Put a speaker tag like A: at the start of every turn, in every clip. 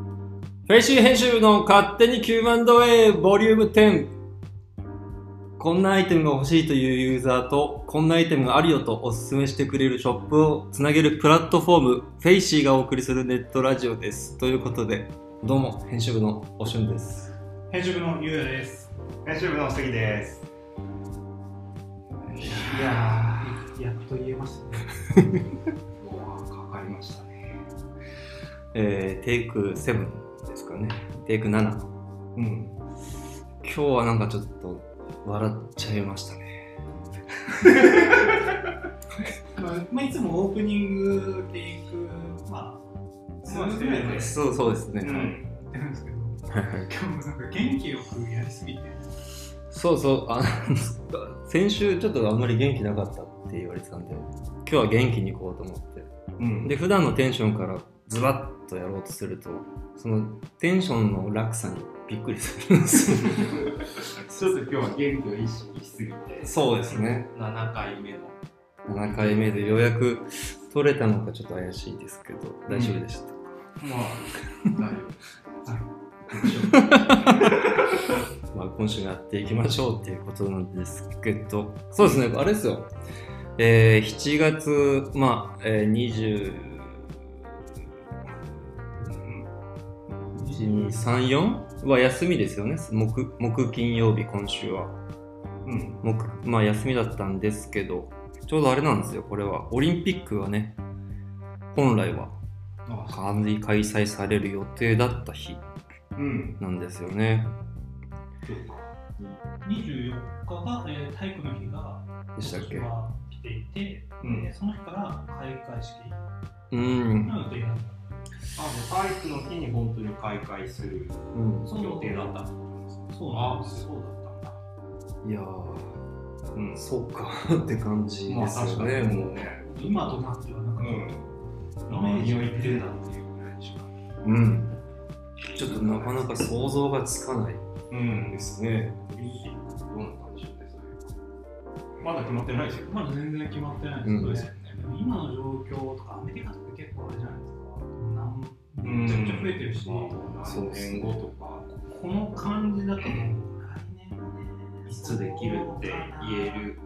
A: フェイシー編集部の勝手に Q&A ボリューム10。こんなアイテムが欲しいというユーザーと、こんなアイテムがあるよとおすすめしてくれるショップをつなげるプラットフォーム、フェイシーがお送りするネットラジオです。ということで、どうも、編集部のおしゅんです。
B: 編集部のゆうやです。
C: 編集部の杉です。
B: いやー、やっと言えますね。
C: もうかかりましたね。
A: えー、テイク7ですかね。テイク7。今
C: うん。
A: 日はなんかちょっと笑っちゃいましたね。
B: まあ、まあいつもオープニングでいく、まあ、
C: そうですね
B: ぐらいで
A: そうそうですね。
C: うん。
B: やってるんですけど、
A: はいはい
B: 今日もなんか元気よくやりすぎて、
A: そうそうあの 先週ちょっとあんまり元気なかったって言われてたんで今日は元気に行こうと思って
C: うん。
A: で普段のテンションからズバッとやろうとするとそのテンションの落差にびっくりするんですよ
C: ちょっと今日は元気を意識しすぎて、
A: そうですね
C: 7回目の。
A: 7回目でようやく取れたのかちょっと怪しいですけど大丈夫でした、
C: まあ、だいぶ。
A: まあ、今週もやっていきましょうっていうことなんですけどそうですねあれですよえー、7月まあ、えー、20 1234は休みですよね木木金曜日今週は
C: うん。
A: 木まあ休みだったんですけどちょうどあれなんですよこれはオリンピックがね本来は
C: あ
A: 開催される予定だった日
C: うん。
A: なんですよね
C: そうか。
B: 24日が、えー体育の日が、
A: でしたっけ
B: 今年は来ていて、
C: うん
B: でその日から開会式
A: うん、
B: の予定なんだ。
C: あ、もう体育の日に本当に開会する
A: うん、
B: そう
C: 予定だった。
B: そうなんです。
C: そうだったんだ。
A: いやー
C: うん。
A: そうか って感じ
C: ま
A: で
C: あ、
A: すよ
C: 確か
A: ね、
C: に
A: もう
C: ね。
B: 今となってはなんか、
C: うん。何を言ってんだっていうぐらいしか。
A: うんちょっとなかなか想像がつかない
C: うん
A: で
C: です
A: すね
C: ね。どうなんでしょうね、それ。まだ決まってないですよ。
B: まだ全然決まってない
A: うん
B: ですよね。でも今の状況とか、アメリカとか結構あれじゃないですか。なんめちゃくちゃ増えてるし、こ
C: そう年後とか、
B: の感じだと、来年はね
C: いつできるって言え。る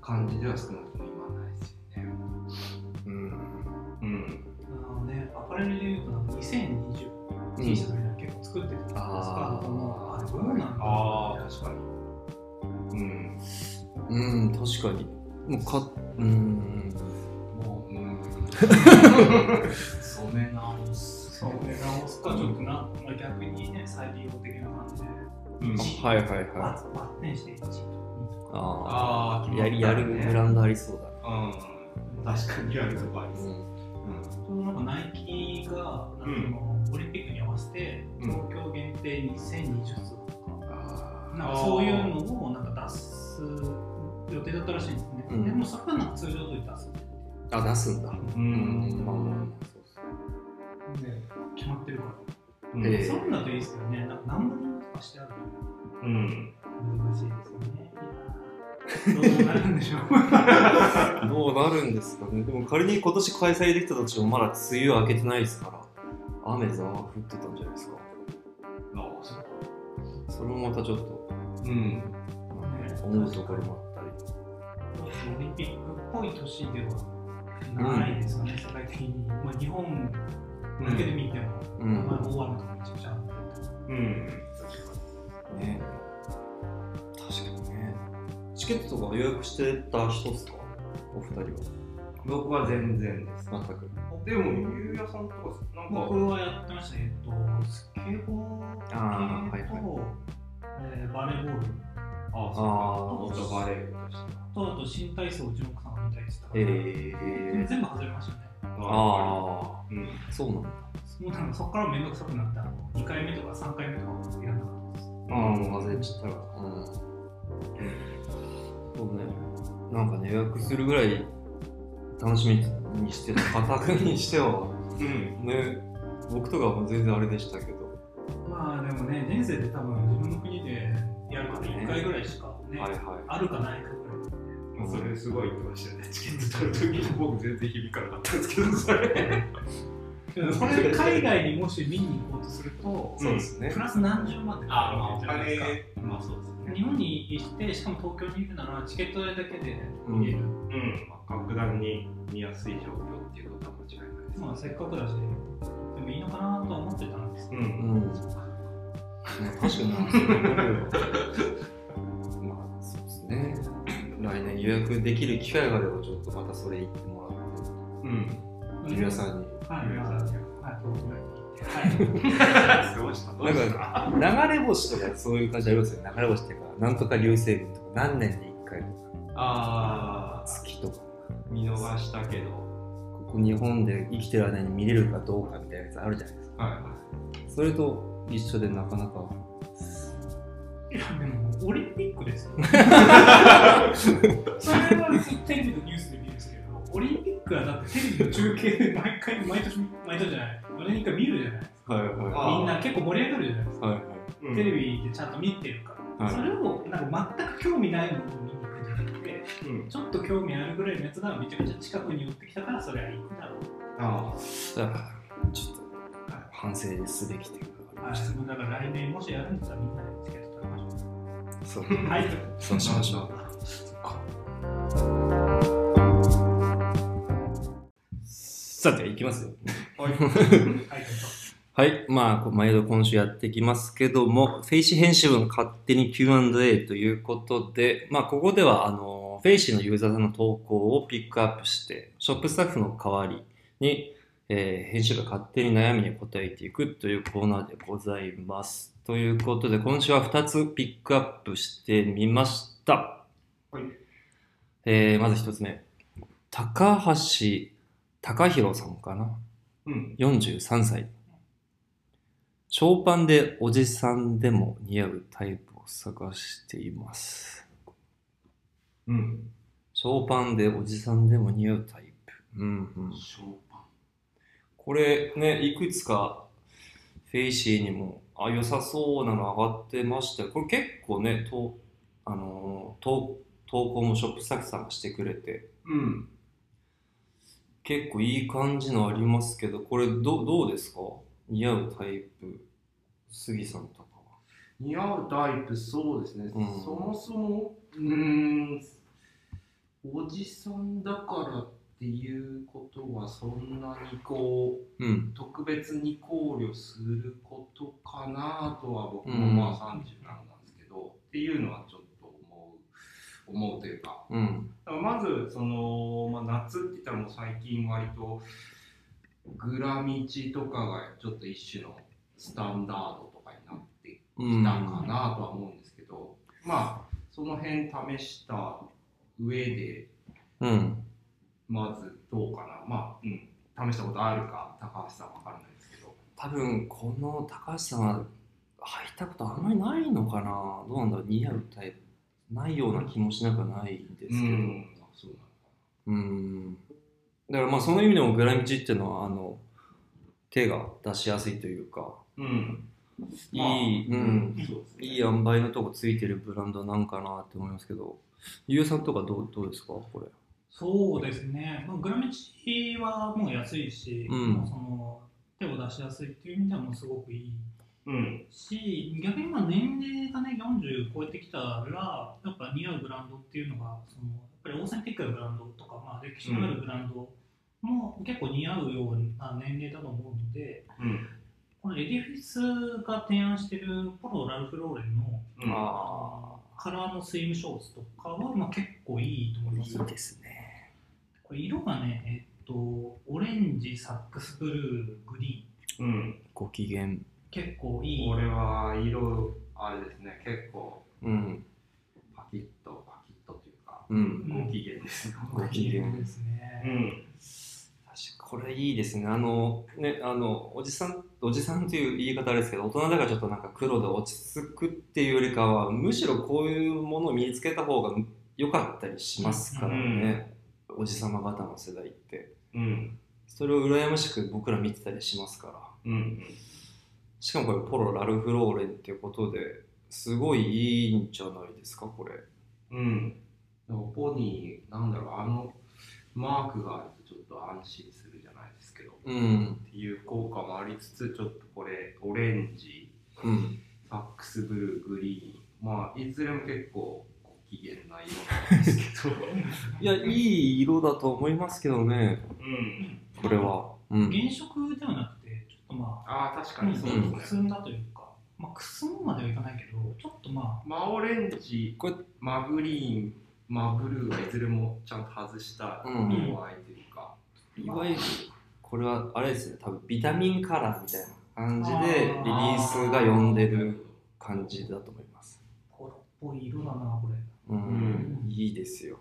C: 感じでは少なくとも今はないですよね。
A: うん
C: うん。
B: あのね、アパレルで言うと、なんか2020 T シャツみたいなの結構作ってるんですか
A: あー
B: もうあれどうなんだ
C: あ
B: ろ
C: あ、確かに。うん。
A: うん、確かに。もうか、うん。
C: もう、うん。 染め直す。
B: うね。直すか、ちょっとな、まあ、逆にね、再利用的な感じで、
C: うん
A: はいはい
B: バ
A: は
B: ツバッテンして1とか2とか。
A: あ
C: あ
A: あ、
C: あ、
A: やりやるブランドありそうだ
C: うん。確かにやるとかあり
A: な。
C: そう。
B: ちょうどなんかナイキがなんかそのオリンピックに合わせて
C: うん
B: 東京限定2020通とか,、
C: あ
B: なんかそういうのをなんか出す予定だったらしいんですね、
A: うん
B: でもそれはなんか通常通り出すって
A: あ、出すんだ。
C: う。
A: うんまあまあまあ、そう
B: で決まってるから、
C: うん
A: ええ
B: そういうのだといいですけどねなんか何万人とかしてある
C: うん。
B: の難しいですよねいやーどうなるんでしょう
A: そうどうなるんですかね。でも仮に今年開催できたとしても、まだ梅雨明けてないですから、雨ざわ降ってたんじゃないですか。
C: ああ、そうか。
A: それもまたちょっと、
C: うん。
A: うん思うところもあったり。
B: オリンピックっぽい年ではないですよね、世界的に、まあ、日本だけで見ても、
A: う
B: ま
A: ん。
B: あ、大雨とかめちゃくちゃあって
C: うん。
A: ね。確かにね。チケットとか予約してた人っすかお二人
C: 僕は全然です。
A: は。全く。
C: でも、ゆうやさんとか、なんか、
B: 僕はやってましたね、えっと、スケボー系と、
A: あーはいはい
B: えーバレーボール
C: あ
A: あ
C: あ、そうか。バレー部としては。
B: と、あと新体操をジョンクさんが見たりしてたから、
A: え
B: でも
A: ー、
B: 全部外れましたね。
C: あ
A: あ
C: あ。うん。
A: あ、そうなんだ。
B: そうなんかそこからめんどくさくなって、あの2回目とか3回目とかやんなかったです。
A: ああ、もう外れちゃったら。うん。そうね。なんかね、予約するぐらい楽しみにしてた 方にしては、
C: うん。
A: ね、僕とかはもう全然あれでしたけど。
B: まあでもね、人生って多分自分の国でやるから
A: ね
B: 1回ぐらいしかね、
A: はいは
B: あるかないかぐら い。
C: そ れすごい言ってましたよね。チケット取るときに僕全然響かなかったんですけど、それ。
B: そそれ海外にもし見に行こうとすると、
D: そうですね
B: プ。ラス何十万で
D: あまあお
B: じゃないですか
D: 金、まあそうですね。
B: 日本に行って、しかも東京にいるなら、チケット代だけで、
C: 見える、
D: うん。
C: まあ、格段に見やすい状況っていうことは間違いないです、
B: まあ、せっかくだし、でもいいのかなと思ってたんですけ
D: う。
B: ど、
A: うんん。確かにな。まあ、そうですね。来年予約できる機会があれば、ちょっとまたそれ行っても
D: うん。
A: らって、皆さんに。
B: はい、
D: 皆さんに
B: はい、
D: 過ごした。
A: なんか、流れ星とかそういう感じありますよね。流れ星っていうか、なんとか流星群とか、何年に一回とか、
D: ああ、
A: 月とか、
D: 見逃したけど。
A: ここ日本で生きてる間に見れるかどうかみたいなやつあるじゃないですか。
D: は
A: それと一緒でなかなか。
B: いや、でも、オリンピックです よ。それはテレビのニュースで見るんですけど、オリンピックはだってテレビの中継で毎回、毎年、毎年じゃない、毎年一回見るじゃない。
A: はいはい
D: あー
B: みんな結構盛り上がるじゃないですか。
A: はいはい。
D: い。うん
B: テレ。ビでちゃんと見てるから、
A: はい
B: それをなんか全く興味ないものを見に行くんじゃなくて、
D: うん。
B: ちょっと興味あるぐらいのやつがめちゃめちゃ近くに寄ってきたから、それは行くだろう。
D: あ
A: じゃあ、ちょっと反省すべき点があり
B: は
A: ました。
B: い、だから来年もしやるんだったらみんなでチケット取りまし
A: そ
B: ょ
A: う
B: う。はい、
A: そうしましょう。さて、いきますよ。
B: はい、はい、
A: はい。まあ、こう毎度今週やっていきますけども、フェイシー編集部の勝手に Q&A ということで、まあ、ここでは、あの、フェイシーのユーザーさんの投稿をピックアップして、ショップスタッフの代わりに、えー編集が勝手に悩みに答えていくというコーナーでございます。ということで、今週は2つピックアップしてみました。
B: はい
A: えーまず1つ目。高橋隆弘さんかな。
D: うん。
A: 43歳。ショーパンでおじさんでも似合うタイプを探しています。
D: うん。
A: ショーパンでおじさんでも似合うタイプ。うんうん、
C: ショーパン
A: これね、いくつかフェイシーにもあ良さそうなの上がってましたよこれ結構ね、とあのーと投稿もショップサクさんがしてくれて、
D: うん。
A: 結構いい感じのありますけど、これどどうですか似合うタイプ、杉さんとかは。
C: 似合うタイプそうですね、
A: うん
C: そもそもうーんおじさんだからっていうことはそんなにこう
A: うん。
C: 特別に考慮することかなとは僕
A: う
C: も
A: ん
C: まあ37なんですけど、っていうのはちょっと思う思うというか
A: うん。
C: だからまずその、まあ、夏って言ったらもう最近割とグラミチとかがちょっと一種のスタンダードとかになって
A: うん。
C: なんかなとは思うんですけど、まあその辺試した上で
A: うん。
C: まずどうかなまあうん試したことあるか高橋さんわかんないですけど
A: 多分、この高橋さんは履いたことあんまりないのかな。どうなんだろう。似合うタイプ。ないような気もしなくはないんですけど。うん。
C: あそう
A: だからまあ、その意味でもグラミチっていうのは、あの、手が出しやすいというか、
C: なのうん
A: い
C: まあ
A: い、うん。
C: そうですね
A: いい塩梅のとこついてるブランドなんかなって思いますけど、ゆうさんとかどうどうですかこれ。
B: そうですね、まあ、グラムチはもう安いし、
A: うん
B: もうその手を出しやすいっていう意味ではもうすごくいい
D: うん。
B: し、逆にまあ年齢がね、40超えてきたら、やっぱ似合うブランドっていうのが、そのやっぱりオーセンティックなブランドとか、まあ、歴史のあるブランドも結構似合うような年齢だと思うので、
D: うん。
B: このエディフィスが提案してるポロ・ラルフ・ローレンの
D: うん。
A: あ
B: カラーのスイムショーツとかは、まあ、結構いいと思いますよ。
A: ですね。
B: これ色がね、えっと、オレンジ、サックスブルー、グリ
D: うん。
A: ご機嫌。
B: ーン、結構いい。
C: これは色あれですね結構
A: うん。
C: パキッとパキッとというか
A: うん。
B: うん
C: ご機嫌ですよ、
A: ご機嫌
B: ですね。
D: うん。
A: 確かこれいいですね。あの、ね、あの、おじさん、おじさんという言い方あれですけど、大人だからちょっとなんか黒で落ち着くっていうよりかは、むしろこういうものを身につけた方が良かったりしますからね。おじさま方の世代って。
D: うん。
A: それを羨ましく僕ら見てたりしますから。
D: うん。
A: しかもこれポロラルフローレンっていうことで、すごいいいんじゃないですか、これ。
D: うん。
C: でもポニーなんだろうあのマークがあるとちょっと安心するじゃないでですけど、っ
A: うん。
C: ていう効果もありつつ、ちょっとこれ、オレンジ、
A: うん。
C: ファックスブルー、グリーン、まあ、いずれも結構ご機嫌な色なんです けど、
A: いや、いい色だと思いますけどね、
D: うん
A: これは。うん。
B: 原色ではなくて、ちょっとまあ、
C: ああ、確かにそう
B: うん
C: で
B: く
C: す
B: す
C: ね。
B: んだというか、まあ、くすむまではいかないけど、ちょっとま
C: 真オレンジ
A: これ、
C: 真グリーン、真ブルーはいずれもちゃんと外した
A: うん
C: 色合いというか、
A: いわゆる、これはあれですね、多分ビタミンカラーみたいな感じで、リリースが呼んでる感じだと思います。
B: あ、コロっぽい色だな、これ。
A: うん。いいですよ。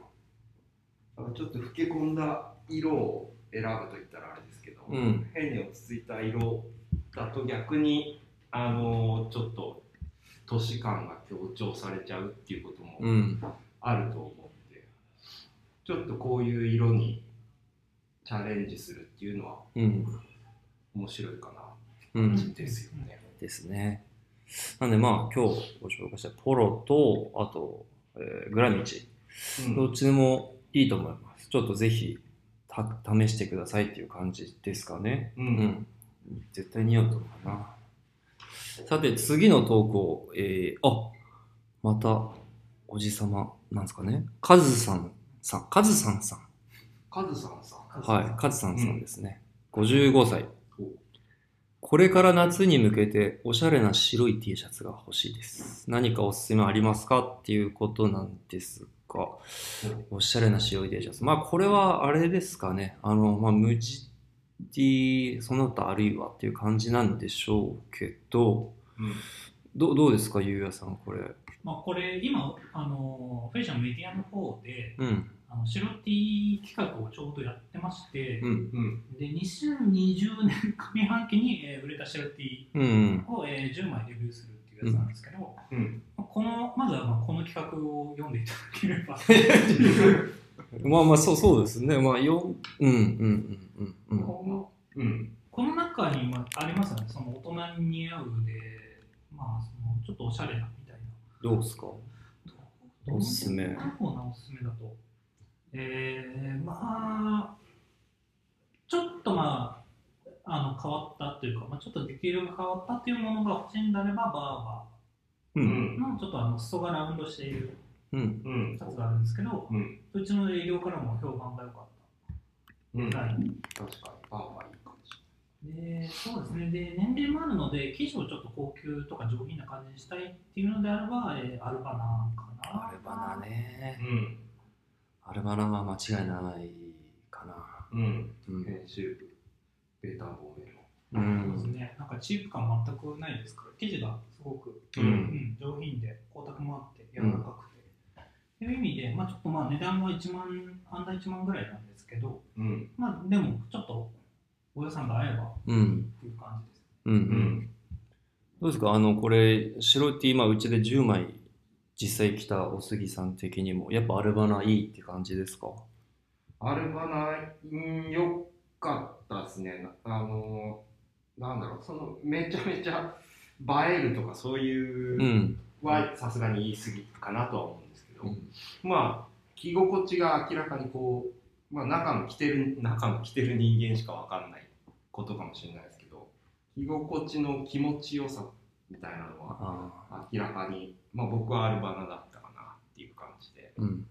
C: なんかちょっと老け込んだ色を選ぶといったらあれですけど、
A: うん。
C: 変に落ち着いた色だと逆にあのちょっと都市感が強調されちゃうっていうこと
A: う
C: も
A: ん。
C: あると思って、ちょっとこういう色にチャレンジするっていうのは
A: うん。
C: 面白いかな
A: うん。
C: ですよね。
A: ですね。なんでまあ、今日ご紹介したポロと、あと、えーグラミチ。
C: うん
A: どっちでもいいと思います。ちょっとぜひ、た試してくださいっていう感じですかね。
C: う
A: うんん。絶対似合うと思うな。さて、次の投稿。えー、あまた、おじさま、なんですかね。カズさんさん、カズさんさん。
C: カズさんさん、
A: はい、カズさんさんですね。55歳
C: お。
A: これから夏に向けておしゃれな白い T シャツが欲しいです。何かおすすめありますかっていうことなんですが、おしゃれな白い T シャツ。まあこれはあれですかね。あの、まあ無地 T、その他あるいはっていう感じなんでしょうけど、
C: うん
A: どどうですか、ゆうやさん、これ。
B: まあ、これ、今、あのフェイシャのメディアの方で、
A: うん、
B: あの白 T 企画をちょうどやってまして、
A: うん、
C: うん
B: で2020年上半期に、えー売れた白 T
A: うん、
B: を、えー10枚レビューするっていうやつなんですけど、
C: うん
B: まあこのまずはまあこの企画を読んでいただければ、
A: うん。まあまあ、そうそうですね。まあ、よ、うん、うん、うん、うん、うん。
B: こ
C: うん
B: の中にもありますよね、その大人に似合うで、まあ、そのちょっとおしゃれなみたいな。
A: どうですか
B: ど
A: おすすめ
B: どんな方なおすすめだと。えー、まあ、ちょっとまあ、あの変わったというか、まあ、ちょっとディテールが変わったというものが欲しいんであれば、バ
A: う、
C: うん
B: ーバーのちょっとあの裾がラウンドしている
A: うん、
C: うん
B: 2つがあるんですけど、
C: うん
B: どっちの営業からも評判が良かっ
C: うん
B: た。はい
C: 確かにバーバーいい感じ。
B: でそうですねで年齢もあるので、生地をちょっと高級とか上品な感じにしたいっていうのであれば、えーアルバナかな。
A: アルバナね。
C: うん
A: アルバナは間違いないかな。
C: うん
A: うん。
C: 編集部ベータボーメ
A: う
C: の。
B: そうです
A: ん。
B: ね、なんかチープ感全くないですから、生地がすごく、
A: う。
B: うんん、上品で、光沢もあって、柔らかくて。と、いう意味で、まあ、ちょっとまあ値段は1万、アンダー1万ぐらいなんですけど、
C: うん
B: まあ、でもちょっとお予算が合えば
A: うん。
B: っていう感じです。
A: う。
C: うんん
A: どうですかあの、これ、白 T、今、うちで10枚実際来たおすぎさん的にも、やっぱアルバナいいって感じですか
C: アルバナうんよかったですね。なあのーなんだろうそのめちゃめちゃ映えるとかそ
A: う。
C: ういうんはさすがに言い過ぎかなとは思うんですけど、
A: うん
C: まあ着心地が明らかにこうまあ中の着てる中の着てる人間しかわかんないことかもしれないですけど、着心地の気持ちよさみたいなのは
A: ああ。
C: 明らかにまあ僕はアルバナだったかなっていう感じで。
A: うん。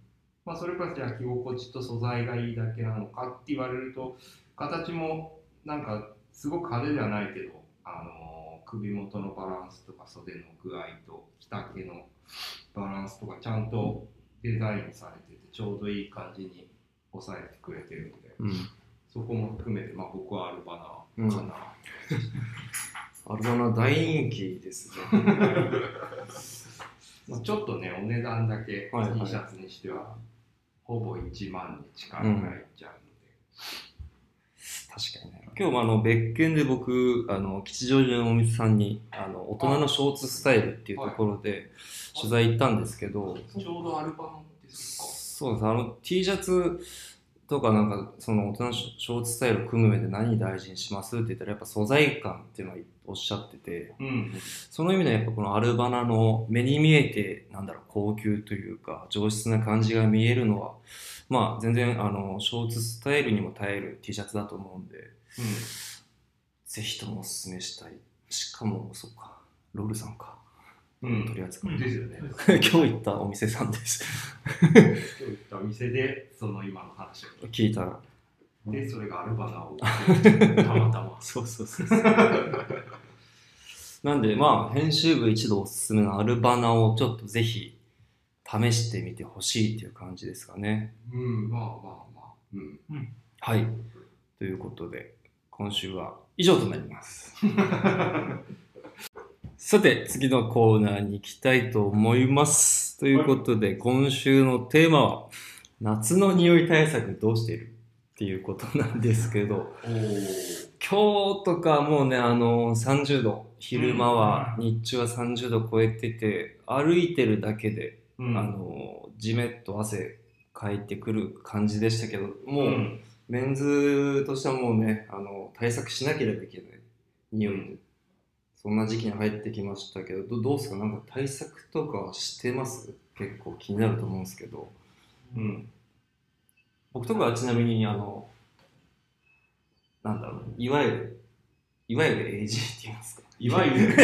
C: まあ、それプラスじゃあ着心地と素材がいいだけなのかって言われると形もなんかすごく派手ではないけど、あのー首元のバランスとか袖の具合と着丈のバランスとかちゃんとデザインされててちょうどいい感じに抑えてくれてるので
A: うん。
C: そこも含めて、まあ、僕はアルバナかな、
A: アルバナ大人気ですね。
C: まあ、ちょっとねお値段だけ
A: はいはい
C: T シャツにしてはほぼ1万に近くなっちゃうので。
A: 確かにね。今日もあの別件で僕、あの吉祥寺のお店さんにあの大人のショーツスタイルっていうところで取材行ったんですけど、
C: ちょうどアルバムですか。
A: そうですあの T シャツとかなんかその大人のショーツスタイルを組む上で何大事にしますって言ったらやっぱ素材感っていうのはおっしゃってて
C: うん
A: その意味ではやっぱこのアルバナの目に見えてなんだろう高級というか上質な感じが見えるのはまあ全然あのショーツスタイルにも耐える T シャツだと思うんでぜひともおすすめしたいしかもそうかロールさんか
C: うんうん
A: とりあえず、
B: うん
E: ですよね。
A: 今日行ったお店さんです
E: 今日行ったお店で、その今の話を聞い
A: 聞いたら
E: て、でそれがアルバナを、たまた ま。
A: そうそうそうそうなんでまあ編集部一度おすすめのアルバナをちょっとぜひ試してみてほしいっていう感じですかね
E: うん、まあまあまあ。うん。
A: はいということで今週は以上となりますさて次のコーナーに行きたいと思いますということで今週のテーマは夏の匂い対策どうしているっていうことなんですけど
E: おー。
A: 今日とかもうね、あの30度、昼間は、日中は30度超えてて、歩いてるだけで、
C: うん
A: あのじめっと汗かいてくる感じでしたけど、もう、
C: うん
A: メンズとしてはもうね、あの対策しなければいけない匂いで、そんな時期に入ってきましたけど、どどうですか、なんか対策とかしてます結構気になると思うんですけど、
C: うん
A: 僕とかはちなみに、あの、なんだろう、いわゆる、いわゆる AG って言いますか。
C: いわゆる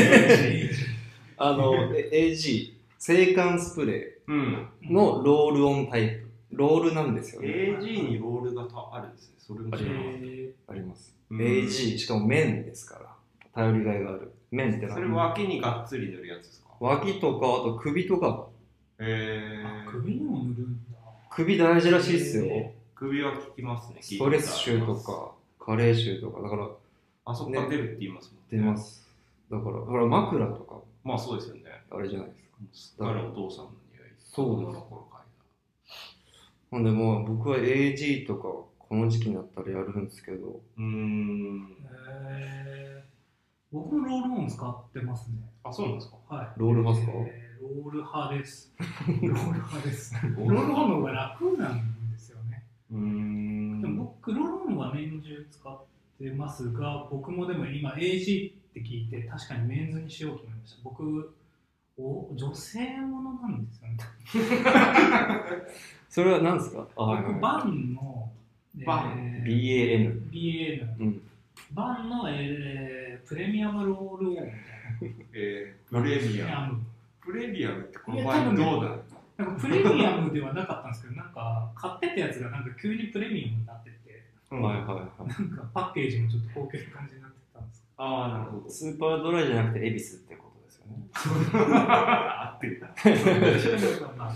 A: あ の、え AG、制汗スプレ
C: うん
A: ーのロールオンタイプ。ロールなんですよね。
C: AG にロールがあるんですねそれも知らなかっ
B: え
A: あります。
C: たうん
A: AG、しかも面ですから。頼りがいがある。面って
C: それ
A: のは
C: 脇にがっつり塗るやつですか
A: 脇とか、あと首とか。
C: え
B: ー、あ
C: ー、
B: 首にも塗るんだ。
A: 首大事らしいっすよ。
C: え首は効きますね
A: ストレス臭とか、加齢臭とか。だから、
C: あそこから出るって言いますもん
A: 出
C: ね
A: ます。だから、ほら、枕とか、
C: まあそうですよね
A: あれじゃないですか。
C: すっかりお父さんの匂い
A: そうです
C: 子供の頃嗅いだ
A: ほんで、もう僕は AG とか、この時期になったらやるんですけど、
C: うーん
B: えー、僕もロールオン使ってますね。
C: あそうなんですか
B: はい。
A: ロール派っすか
B: えーロール派です。ロール派です。ロールオンの方が楽なんですよね。
C: うーん
B: でも僕、ロールオンは年中使ってますが、僕もでも今 AG って聞いて、確かにメンズにしようと思いました。僕、お女性ものなんですよね。
A: それは何ですかあはいはい
B: 僕、バンの、えー
C: バ
A: BAN。
B: BA の、
A: うん
B: バンの、えープレミアムロールオンみたい
C: えー、プレミ
B: な。
C: ア
B: あ
C: ム
B: の
C: プレミアムってこの
B: いや
C: 場合
B: 多
C: ど
B: 分
C: う
B: ね
C: なの
B: なんかプレミアムではなかったんですけど、なんか買ってたやつがなんか急にプレミアムになってて、
C: うん
A: はいはいはい。
B: なんかパッケージもちょっと高級な感じになってたんです
C: ああなるほど
A: スーパードライじゃなくて、エビスってことですよね。
C: 合って
B: け
C: る
B: ど、まあ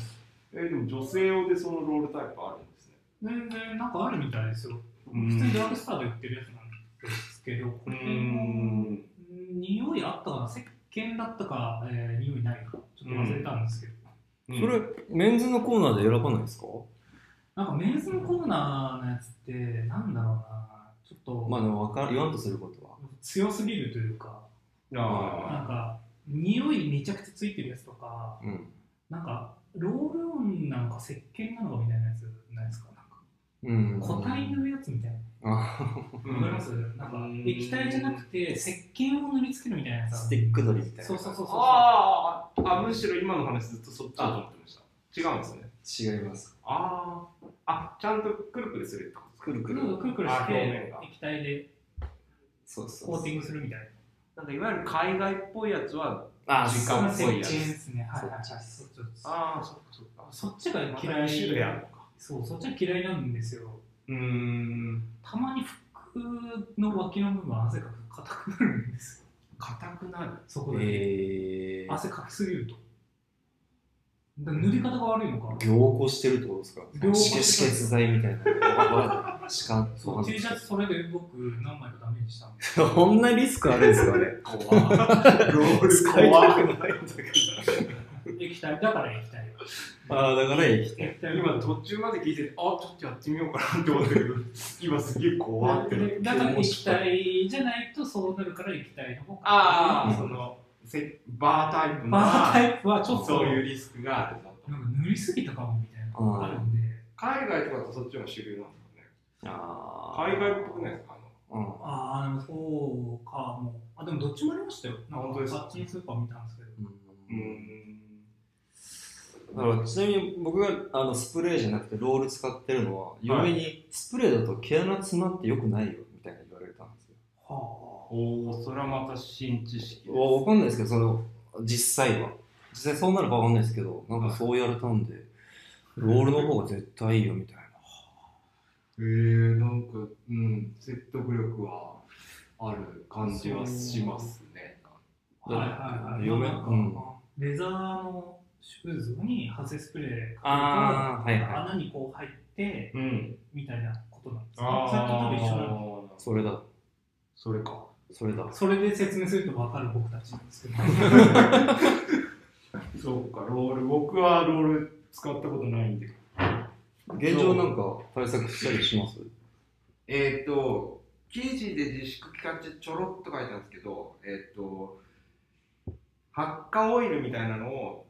C: えー、でも女性用でそのロールタイプあるんですね
B: 全然なんかあるみたいですよ。
C: う
B: 普通にドラッ
C: ん
B: グストアで売ってるやつなんですけど、こ
C: う
B: れ
C: ー
B: も
C: ん
B: 匂いあったかな、石鹸だったか、えー匂いないか、ちょっと忘れたんですけど、
C: うん
A: それ、メンズのコーナーで選ばないですか
B: なんかメンズのコーナーのやつって、なんだろうな、ちょっと、
A: まあでもわか、言わんとすることは。
B: 強すぎるというか、な
C: あ
B: んか匂いめちゃくちゃついてるやつとか、
A: うん。
B: なんか、ロールオンなんか石鹸なのかみたいなやつないですかなんか
A: うん。
B: 固体塗るやつみたいな。
A: あ
C: あ
B: わかりますなんか液体じゃなくて石鹸を塗りつけるみたいなやつ。
A: スティック塗りみたいな
B: そうそうそうそう。
C: あーあむしろ今の話ずっとそっちだと思ってました違うんですね
A: 違います。
C: あーあちゃんとくるくるするってこと
A: くるく
B: くる
A: る。
B: くるくるし
C: あ表面
B: て
C: が
B: 液体で
A: そうそうそう。
B: コーティングするみたいな。
C: なんかいわゆる海外っぽいやつは
A: あ、
C: 時
A: 時
C: 間
A: 間
C: っ
A: っ
C: ぽ
A: ぽ
C: い
A: い
C: や
A: や
C: つ
B: 石鹸ですね。はいはいはい。
A: そっち
B: そっちです
C: ああそっかそっか
B: そっちが
C: また
B: 嫌
C: 二種類ある
B: い。
C: のか
B: そう、そっちが嫌いなんですよ。
C: うーん
B: たまに服の脇の部分は汗かく硬くなるんですよ。
C: 硬くなる
B: そこだけ。
A: えー、
B: 汗かきすぎると。だから塗り方が悪いのか。
A: 凝固してるってことですか
B: 凝固
A: 止
B: してる
A: 血止血剤みたいな。わかんない。しかん
B: そう T シャツそれで僕何枚かダメージしたんです
A: そんなリスクあるんですかね。
C: 怖ロール
A: 使い
C: 怖
A: たくな
C: っ
A: いんだけ
B: 液体だから液体
A: ど。ああ、だから液体。
B: 液体
C: 今途中まで聞いてあちょっとやってみようかなって思ったけど今すげえ怖ってなって
B: だから液体じゃないとそうなるから液体の方が
C: ああそのせバータイプの
B: バータイプはちょっと
C: そういうリスクがあるぞと
B: なんか塗りすぎたかもみたいなのがあるんで
C: 海外とかとそっちの主流なんですかね
A: あー
D: 海外っぽくないですかあの
A: うん。
B: ああ、でもそうか、もう。あ、でもどっちもありましたよ。なん
D: 本当です
B: か
D: か
B: あっちのスーパー見たんですけど。
D: うー
A: うん
D: ん
A: だからちなみに僕があのスプレーじゃなくてロール使ってるのは嫁にスプレーだと毛穴詰まってよくないよみたいな言われたんですよ。
B: は
D: おおそれはまた新知識です
A: わわかんないですけどその実際は実際そうなるかわかんないですけどなんかそう言われたんでロールの方が絶対いいよみたいな。
C: えー、なんか、うん、説得力はある感じはしますね。
B: あ。はいはいはい。
A: 嫁
B: なんか
A: うん
B: レザーのシューズにハセスプレーか
A: ああはい
B: けると、
A: は
B: 穴にこう入って、
C: うん。
B: みたいなことなんですね。さっきと
D: あ
B: 多分一緒なんで
D: ー
A: いそれだ
C: それ か。
A: それだ。
B: それで説明すると分かる僕たちなんですけど。
D: そうかロール僕はロール使ったことないんで
A: 現状なんか対策したりします
C: えっ、ー、と、記事で自粛期間中ちょろっと書いたんですけど、えっ、と、発火オイルみたいなのを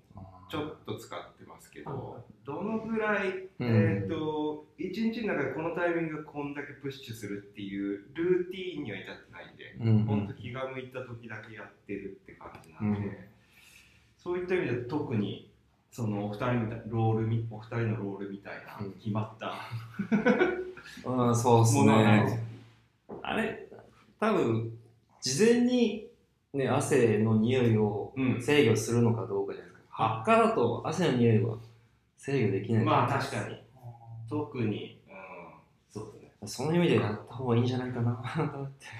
C: ちょっと使ってますけど、どのぐらい、
A: うん
C: えっ、と、一日の中でこのタイミングがこんだけプッシュするっていうルーティーンには至ってないんで、
A: うんう
C: 本当
A: ん
C: 気が向いた時だけやってるって感じな
A: うん
C: で、
A: ん
C: そういった意味では特にそのお二人みたいロールみお二人のロールみたいな
A: うん
C: 決まった
A: うん、そうです
C: ものはないです
A: ね。 あれ、多分事前に、ね、汗の匂いを
C: うん
A: 制御するのかどうかじゃないですか。
C: は
A: 発火だと汗の匂いは制御できない。
C: まあ確かに
B: あ
C: 特に、うん、そうですね
A: その意味でやった方がいいんじゃないかなっ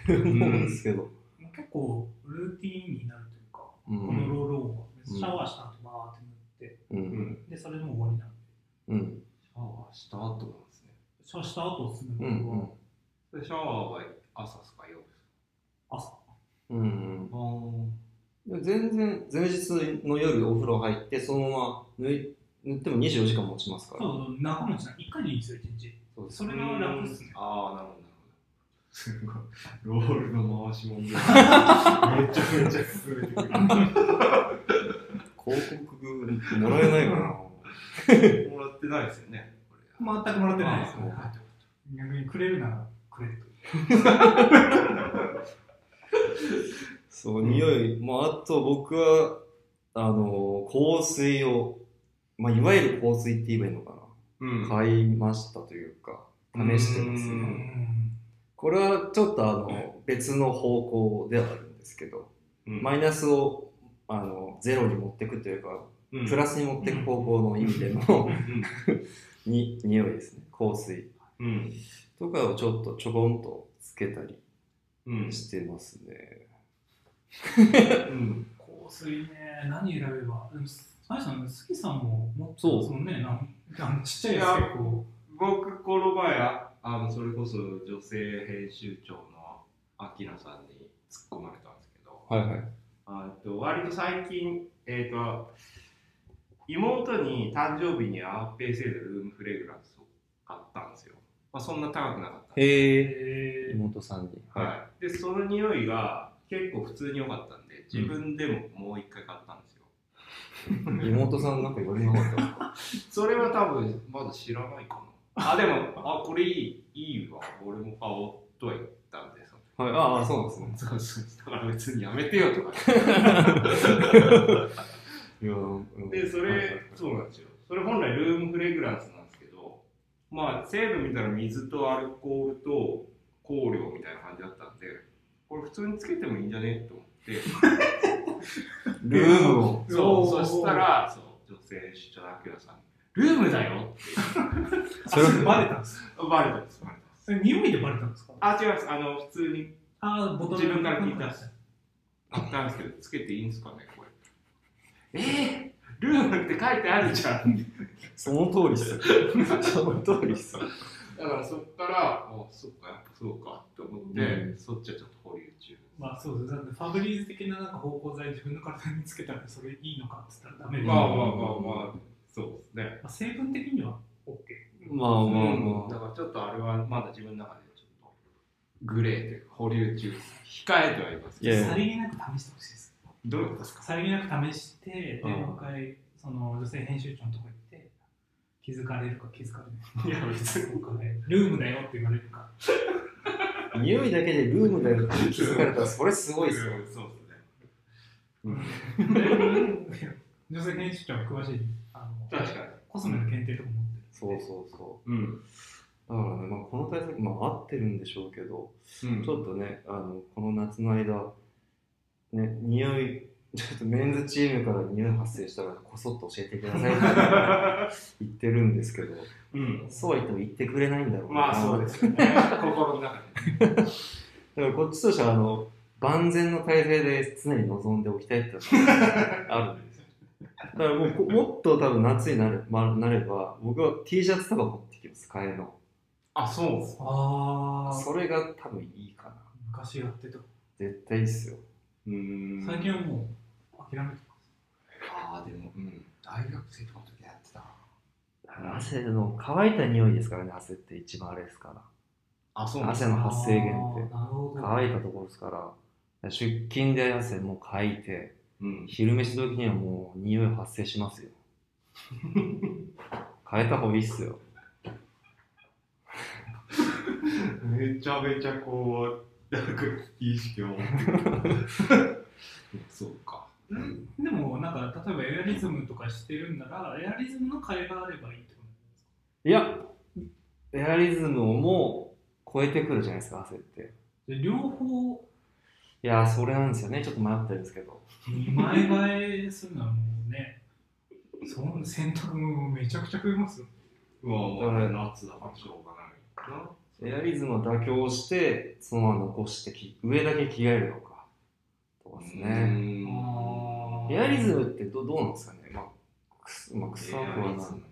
A: て思うんですけど。
B: ー結構ルーティーンになるというか、
A: う
B: この
A: ん。
B: ロールオンはシャワーした後バーって塗って、
A: う。
D: うんん
B: で、それでもう終わりなん
A: う
B: で。
A: ん。
C: シャワーした後なんですね
B: シャワーした後する
A: う
B: の
A: ん
B: は。
C: でシャワーは朝ですか夜です
B: 朝。
A: うん。うん
C: かうん
A: でも全然、前日の夜お風呂入って、そのまま塗い塗っても24時間持ちますか
B: そう
A: ら。
B: そう、仲持ちない。一回でいいんですよ、一 日。
A: そうです
B: それが楽っすね。
C: ああなるほどなるほどすごいロールの回しもんでめちゃめちゃ進めてくる
A: 広告もらえないかな。
C: もらってないですよねこれ
B: 全くもらってないです
A: あそう
B: はい逆にくれるならくれと。
A: そう、匂い、まあ、あと僕は、あの、香水を、まあ、いわゆる香水って言えばいいのか
C: うん
A: な、買いましたというか、試してます
C: う
B: う
A: ね。
B: ん。
A: これはちょっとあの、別の方向ではあるんですけど、
C: うん
A: マイナスを、あの、ゼロに持っていくというか、
C: うん
A: プラスに持っていく方向の意味での、 に、匂いですね、香水
C: うん
A: とかをちょっとちょこんとつけたり
C: うん
A: してますね。
C: うん
B: 香水ね、何選べば。でもあやさん、杉さんも持って
A: そう
B: ますもんね。なんなんちっちゃいやつ結構。
C: 僕この前ああのそれこそ女性編集長の秋名さんに突っ込まれたんですけど、
A: はいはい。
C: あと割と最近えっ、と妹に誕生日にアーペイ製のルームフレグランスを買ったんですよ、まあ、そんな高くなかったんで
A: へえ。
B: えー
A: 妹さんに。
C: はい、でその匂いが結構普通に良かったんで自分でももう一回買ったんですよ、
A: 妹さんなんか言われなかったですか
C: それは多分まだ知らな いかな。あ、でも、あ、これいい、いいわ、俺も買おうとは言ったんで、そ
A: はい、ああ、そうなんですね
C: の。そうそうだから別にやめてよとか。
A: いやうん
C: で、そ
A: はいはいはい
C: れ、そうなんですよ。それ本来ルームフレグランスなんですけど、まあ、成分見たら水とアルコールと香料みたいな感じだったんで、これ普通につけてもいいんじゃねと思って。
A: ルームを。
C: そう、
B: お
C: そ
B: ー
C: したら、そう、女性主張のアキラさん、ルームだよ
A: それ
B: あバレたんです。
C: バレたんです、バレたんです。
B: それ匂いでバレたんですか
C: あ、違います。あの、普通に
B: あー、ボトル
C: 自分から聞いたんです買ったんですけど、つけていいんですかね、これ。えー、ルームって書いてあるじゃん。
A: その通りっす。その通りっす。
C: だからそっから、あ、そっか、やっぱそうかって思って、
A: うん
C: そっちはちょっと保留中。
B: まあそうです。だってファブリーズ的ななんか芳香剤自分の体につけたらそれいいのかって言ったらダメで、
C: ま
B: ま
C: あ
B: あ
C: まあまあまあ、そうですね。
B: 成分的には OK。
A: まあまあ
C: うん
A: ま
C: だからちょっとあれはまだ自分の中でちょっとグレーというか、保留中です。控えてはいますけど。
A: いやいや
B: さりげなく試してほしいです。
C: どういうことですか
B: さりげなく試して、で、
A: うん
B: もう一回、その女性編集長のとこ行って、気づかれるか気づかれない
D: いや、別に。
B: か、ね、ルームだよって言われるか
A: 匂いだけでルームだよって気づかれたら、それすごいですよ。
D: うんそうですね。
B: 女性編集長は詳しいあの
C: 確かに。
B: コスメの検定とか持ってる
A: そうそうそ
C: うん。
A: う。だからね、まあ、この対策、まあ、合ってるんでしょうけど、
C: うん
A: ちょっとね、あの、この夏の間、ね、匂い、ちょっとメンズチームから匂い発生したら、こそっと教えてくださいって言ってるんですけど、
C: うん。
A: そうは言っても言ってくれないんだろうな。
D: まあ、そうですよ ね。心の中で。
A: だからこっちとしては、あの、万全の体制で常に望んでおきたいっての があるんですよ。だからもうこ、もっと多分夏になれ,、まあ、なれば、僕は T シャツとか持ってきます、替えの。
D: あ、そう。
B: あ
A: それが多分いいかな。
B: 昔やってた
A: 絶対いいっすよ。
C: うーん。
B: 最近はもう諦めて
C: ああ、でも、うん。大学生とかの時やってたな。
A: 汗の乾いた匂いですからね、汗って一番あれですから。
C: あ、そ
A: 汗の発生源って
B: あーなるほど
A: 乾いたところですから、出勤で汗もうかいて、
C: うん。
A: 昼飯時にはもう匂い発生し ますよ。変えた方がいいっすよ。
C: めちゃめちゃこう、なんか意識を持 ってくるそうか。
B: うんでもなんか例えばエアリズムとかしてるんならエアリズムの替えがあればいいってこ
A: いや、エアリズムをもう超えてくるじゃないですか、汗って。
B: とで両方
A: いや、それなんですよね。ちょっと迷ってるんですけど。
B: 二枚替えするのはもうねその洗濯もめちゃくちゃ増えますよ
C: うわ、もう
A: だから
C: 夏だからしょうがないな。
A: エアリズムを妥協して、そのまま残してき、上だけ着替えるのか。とかですね。
C: うーん
A: エアリズムってどどうなんですかね、まあ、くすまあ、くさくは
C: エア
A: な
C: リズム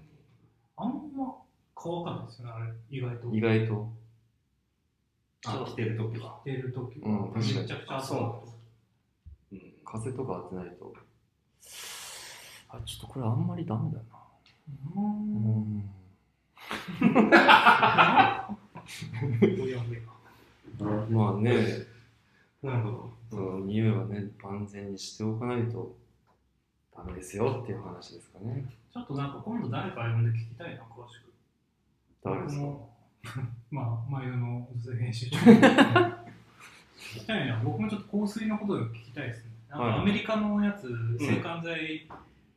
B: あんま乾かないですよねあれ意外と
A: い。意外と。
C: あ、来てる時は。
B: 出るとき
A: うん確かに
B: めちゃくちゃ
C: あそうなんでうん。
A: 風とか当てないと。あ、ちょっとこれあんまりダメだな。
B: うー
A: うんん。
B: おやおや
A: まあね、
C: なるほど。
A: その匂いはね、万全にしておかないとダメですよっていう話ですかね。
B: ちょっとなんか今度誰か呼んで聞きたいな詳しく
A: 誰ですか
B: 僕も まあ、前の女性編集長。聞きたいな、僕もちょっと香水のことを聞きたいですね。なん
A: はい
B: かアメリカのやつ、制汗剤、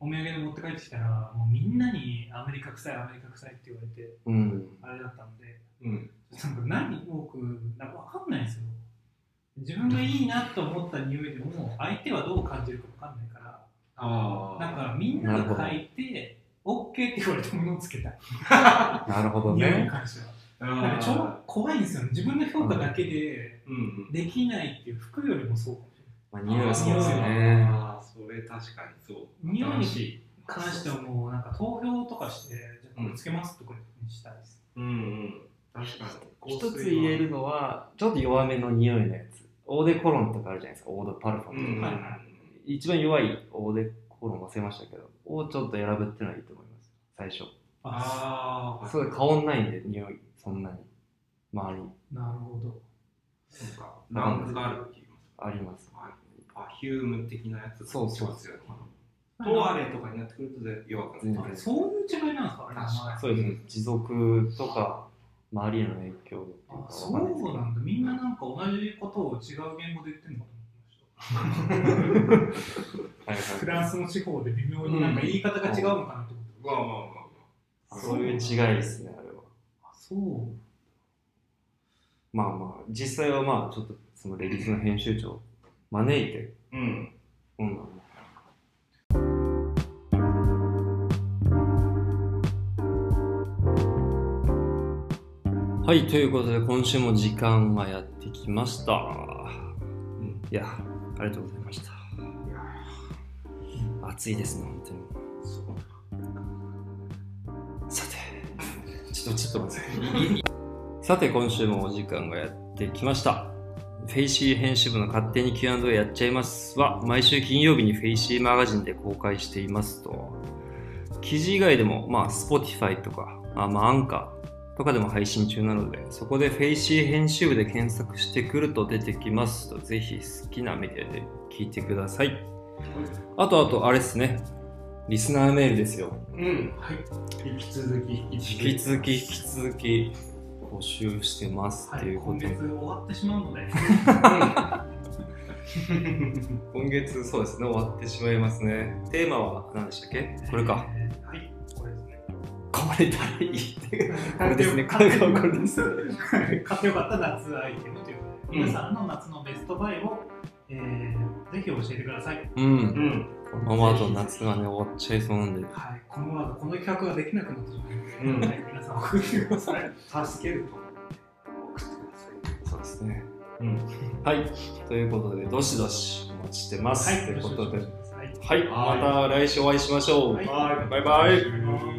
B: お土産で持って帰ってきたら、もうみんなにアメリカ臭い、アメリカ臭いって言われて、
A: うん。
B: あれだったんで、
C: うん。
B: なんか何、僕、なんか分かんないんですよ。自分がいいなと思った匂いでも、相手はどう感じるか分かんないから、
C: ああ。
B: なんかみんなが嗅いて、OK って言われたものをつけたい。
A: なるほど
B: 匂いに
A: ね。
B: 関しては。なんか
C: あー、
B: ちょ怖いんですよね。自分の評価だけで
C: うんうん。
B: できないっていう服よりもそうかもしれ
A: ま
B: ない。
A: あ、匂いはそうですよね。
C: ああ、それ確かにそう。
B: 匂いに
C: 新しい。
B: 関してはもうなんか投票とかして、じゃあこれつけますとかにしたいです。
C: うんうん。確かに。
A: 一つ言える。のは、ちょっと弱めの匂いのやつ。オーデコロンとかあるじゃないですか、オードパルファ
C: う
A: ム
C: ん
A: とか。
C: うん
B: は
C: う
B: い
C: ん。
A: 一番弱いオーデコロン忘れましたけど、をちょっと選ぶってのはいいと思います。最初。
C: ああ、
A: それ
C: か。
A: 変わんないんで、匂い、そんなに。周りに
B: なるほど。
C: そうか。ランクがあるって言います。
A: あります。
C: はいパフューム的なやつ
A: そうそう
C: ですよね。トワレとかになってくると全弱く
A: 全然
C: なる。
B: あれそういう違いなんですかあれ名前
C: 確か
A: そうですね。持続とか、周りへの影響っていうか
B: あ
A: わ
B: そ
A: かんないですけ
B: う
A: ど
B: なんだ。みんななんか同じことを違う言語で言ってんのかと思いま
A: はい
B: した。フ
A: はい
B: ランスの地方で微妙になんか言い方が違うのかなと思って。
C: まあまあまあ
A: あそういう違いですね、あれは。
B: あ、そう。
A: まあまあ、実際はまあ、ちょっとそのレギスの編集長を招いて、
C: まあ。うん。
A: うん。はい、ということで今週も時間がやってきました。
C: ん
A: いや、ありがとうございました。暑いですね、本当に。さて、 ちょっと、ちょっと待ってください。 さて、今週もお時間がやってきました。フェイシー編集部の勝手に Q&A やっちゃいますは、毎週金曜日にフェイシーマガジンで公開していますと。記事以外でも、まあ、Spotify とか、あまあ、アンカーとかでも配信中なので、そこでフェイシー編集部で検索してくると出てきますと、ぜひ好きなメディアで聞いてください。あとあと、あれですね。リスナーメールですよ。
C: うん、はい。引き続き、引
A: 引き続き、引き続き、募集してます
B: は
A: ってい
B: い、
A: うこ
B: 今
A: とで、
B: 月終わってしまうので、
A: 今月そうですね、終わってしまいますね。テーマは何でしたっけこれか。
B: えーはい、これですね。
A: これ誰いいって。これですね、これがこれですね。
B: 買ってよかった夏アイテムということで、
C: うん
B: 皆さんの夏のベストバイを、えーぜひ教えてください。
A: うん
C: う。ん、
A: このままだと夏がね、終わっちゃいそうなんで。
B: はい、このままこの企画ができなくなってしまうので、
C: うん
B: はい、皆さん送ってください。
C: 助けると。送ってください。
A: そうですね。うん。はい。ということで、どしどしお待ちしてます。
B: はい、
A: ということで。
B: は
A: は
B: い
A: い。
C: はい
A: また来週お会いしましょう。
B: はい
C: はい
A: バイバイ。
B: お願いします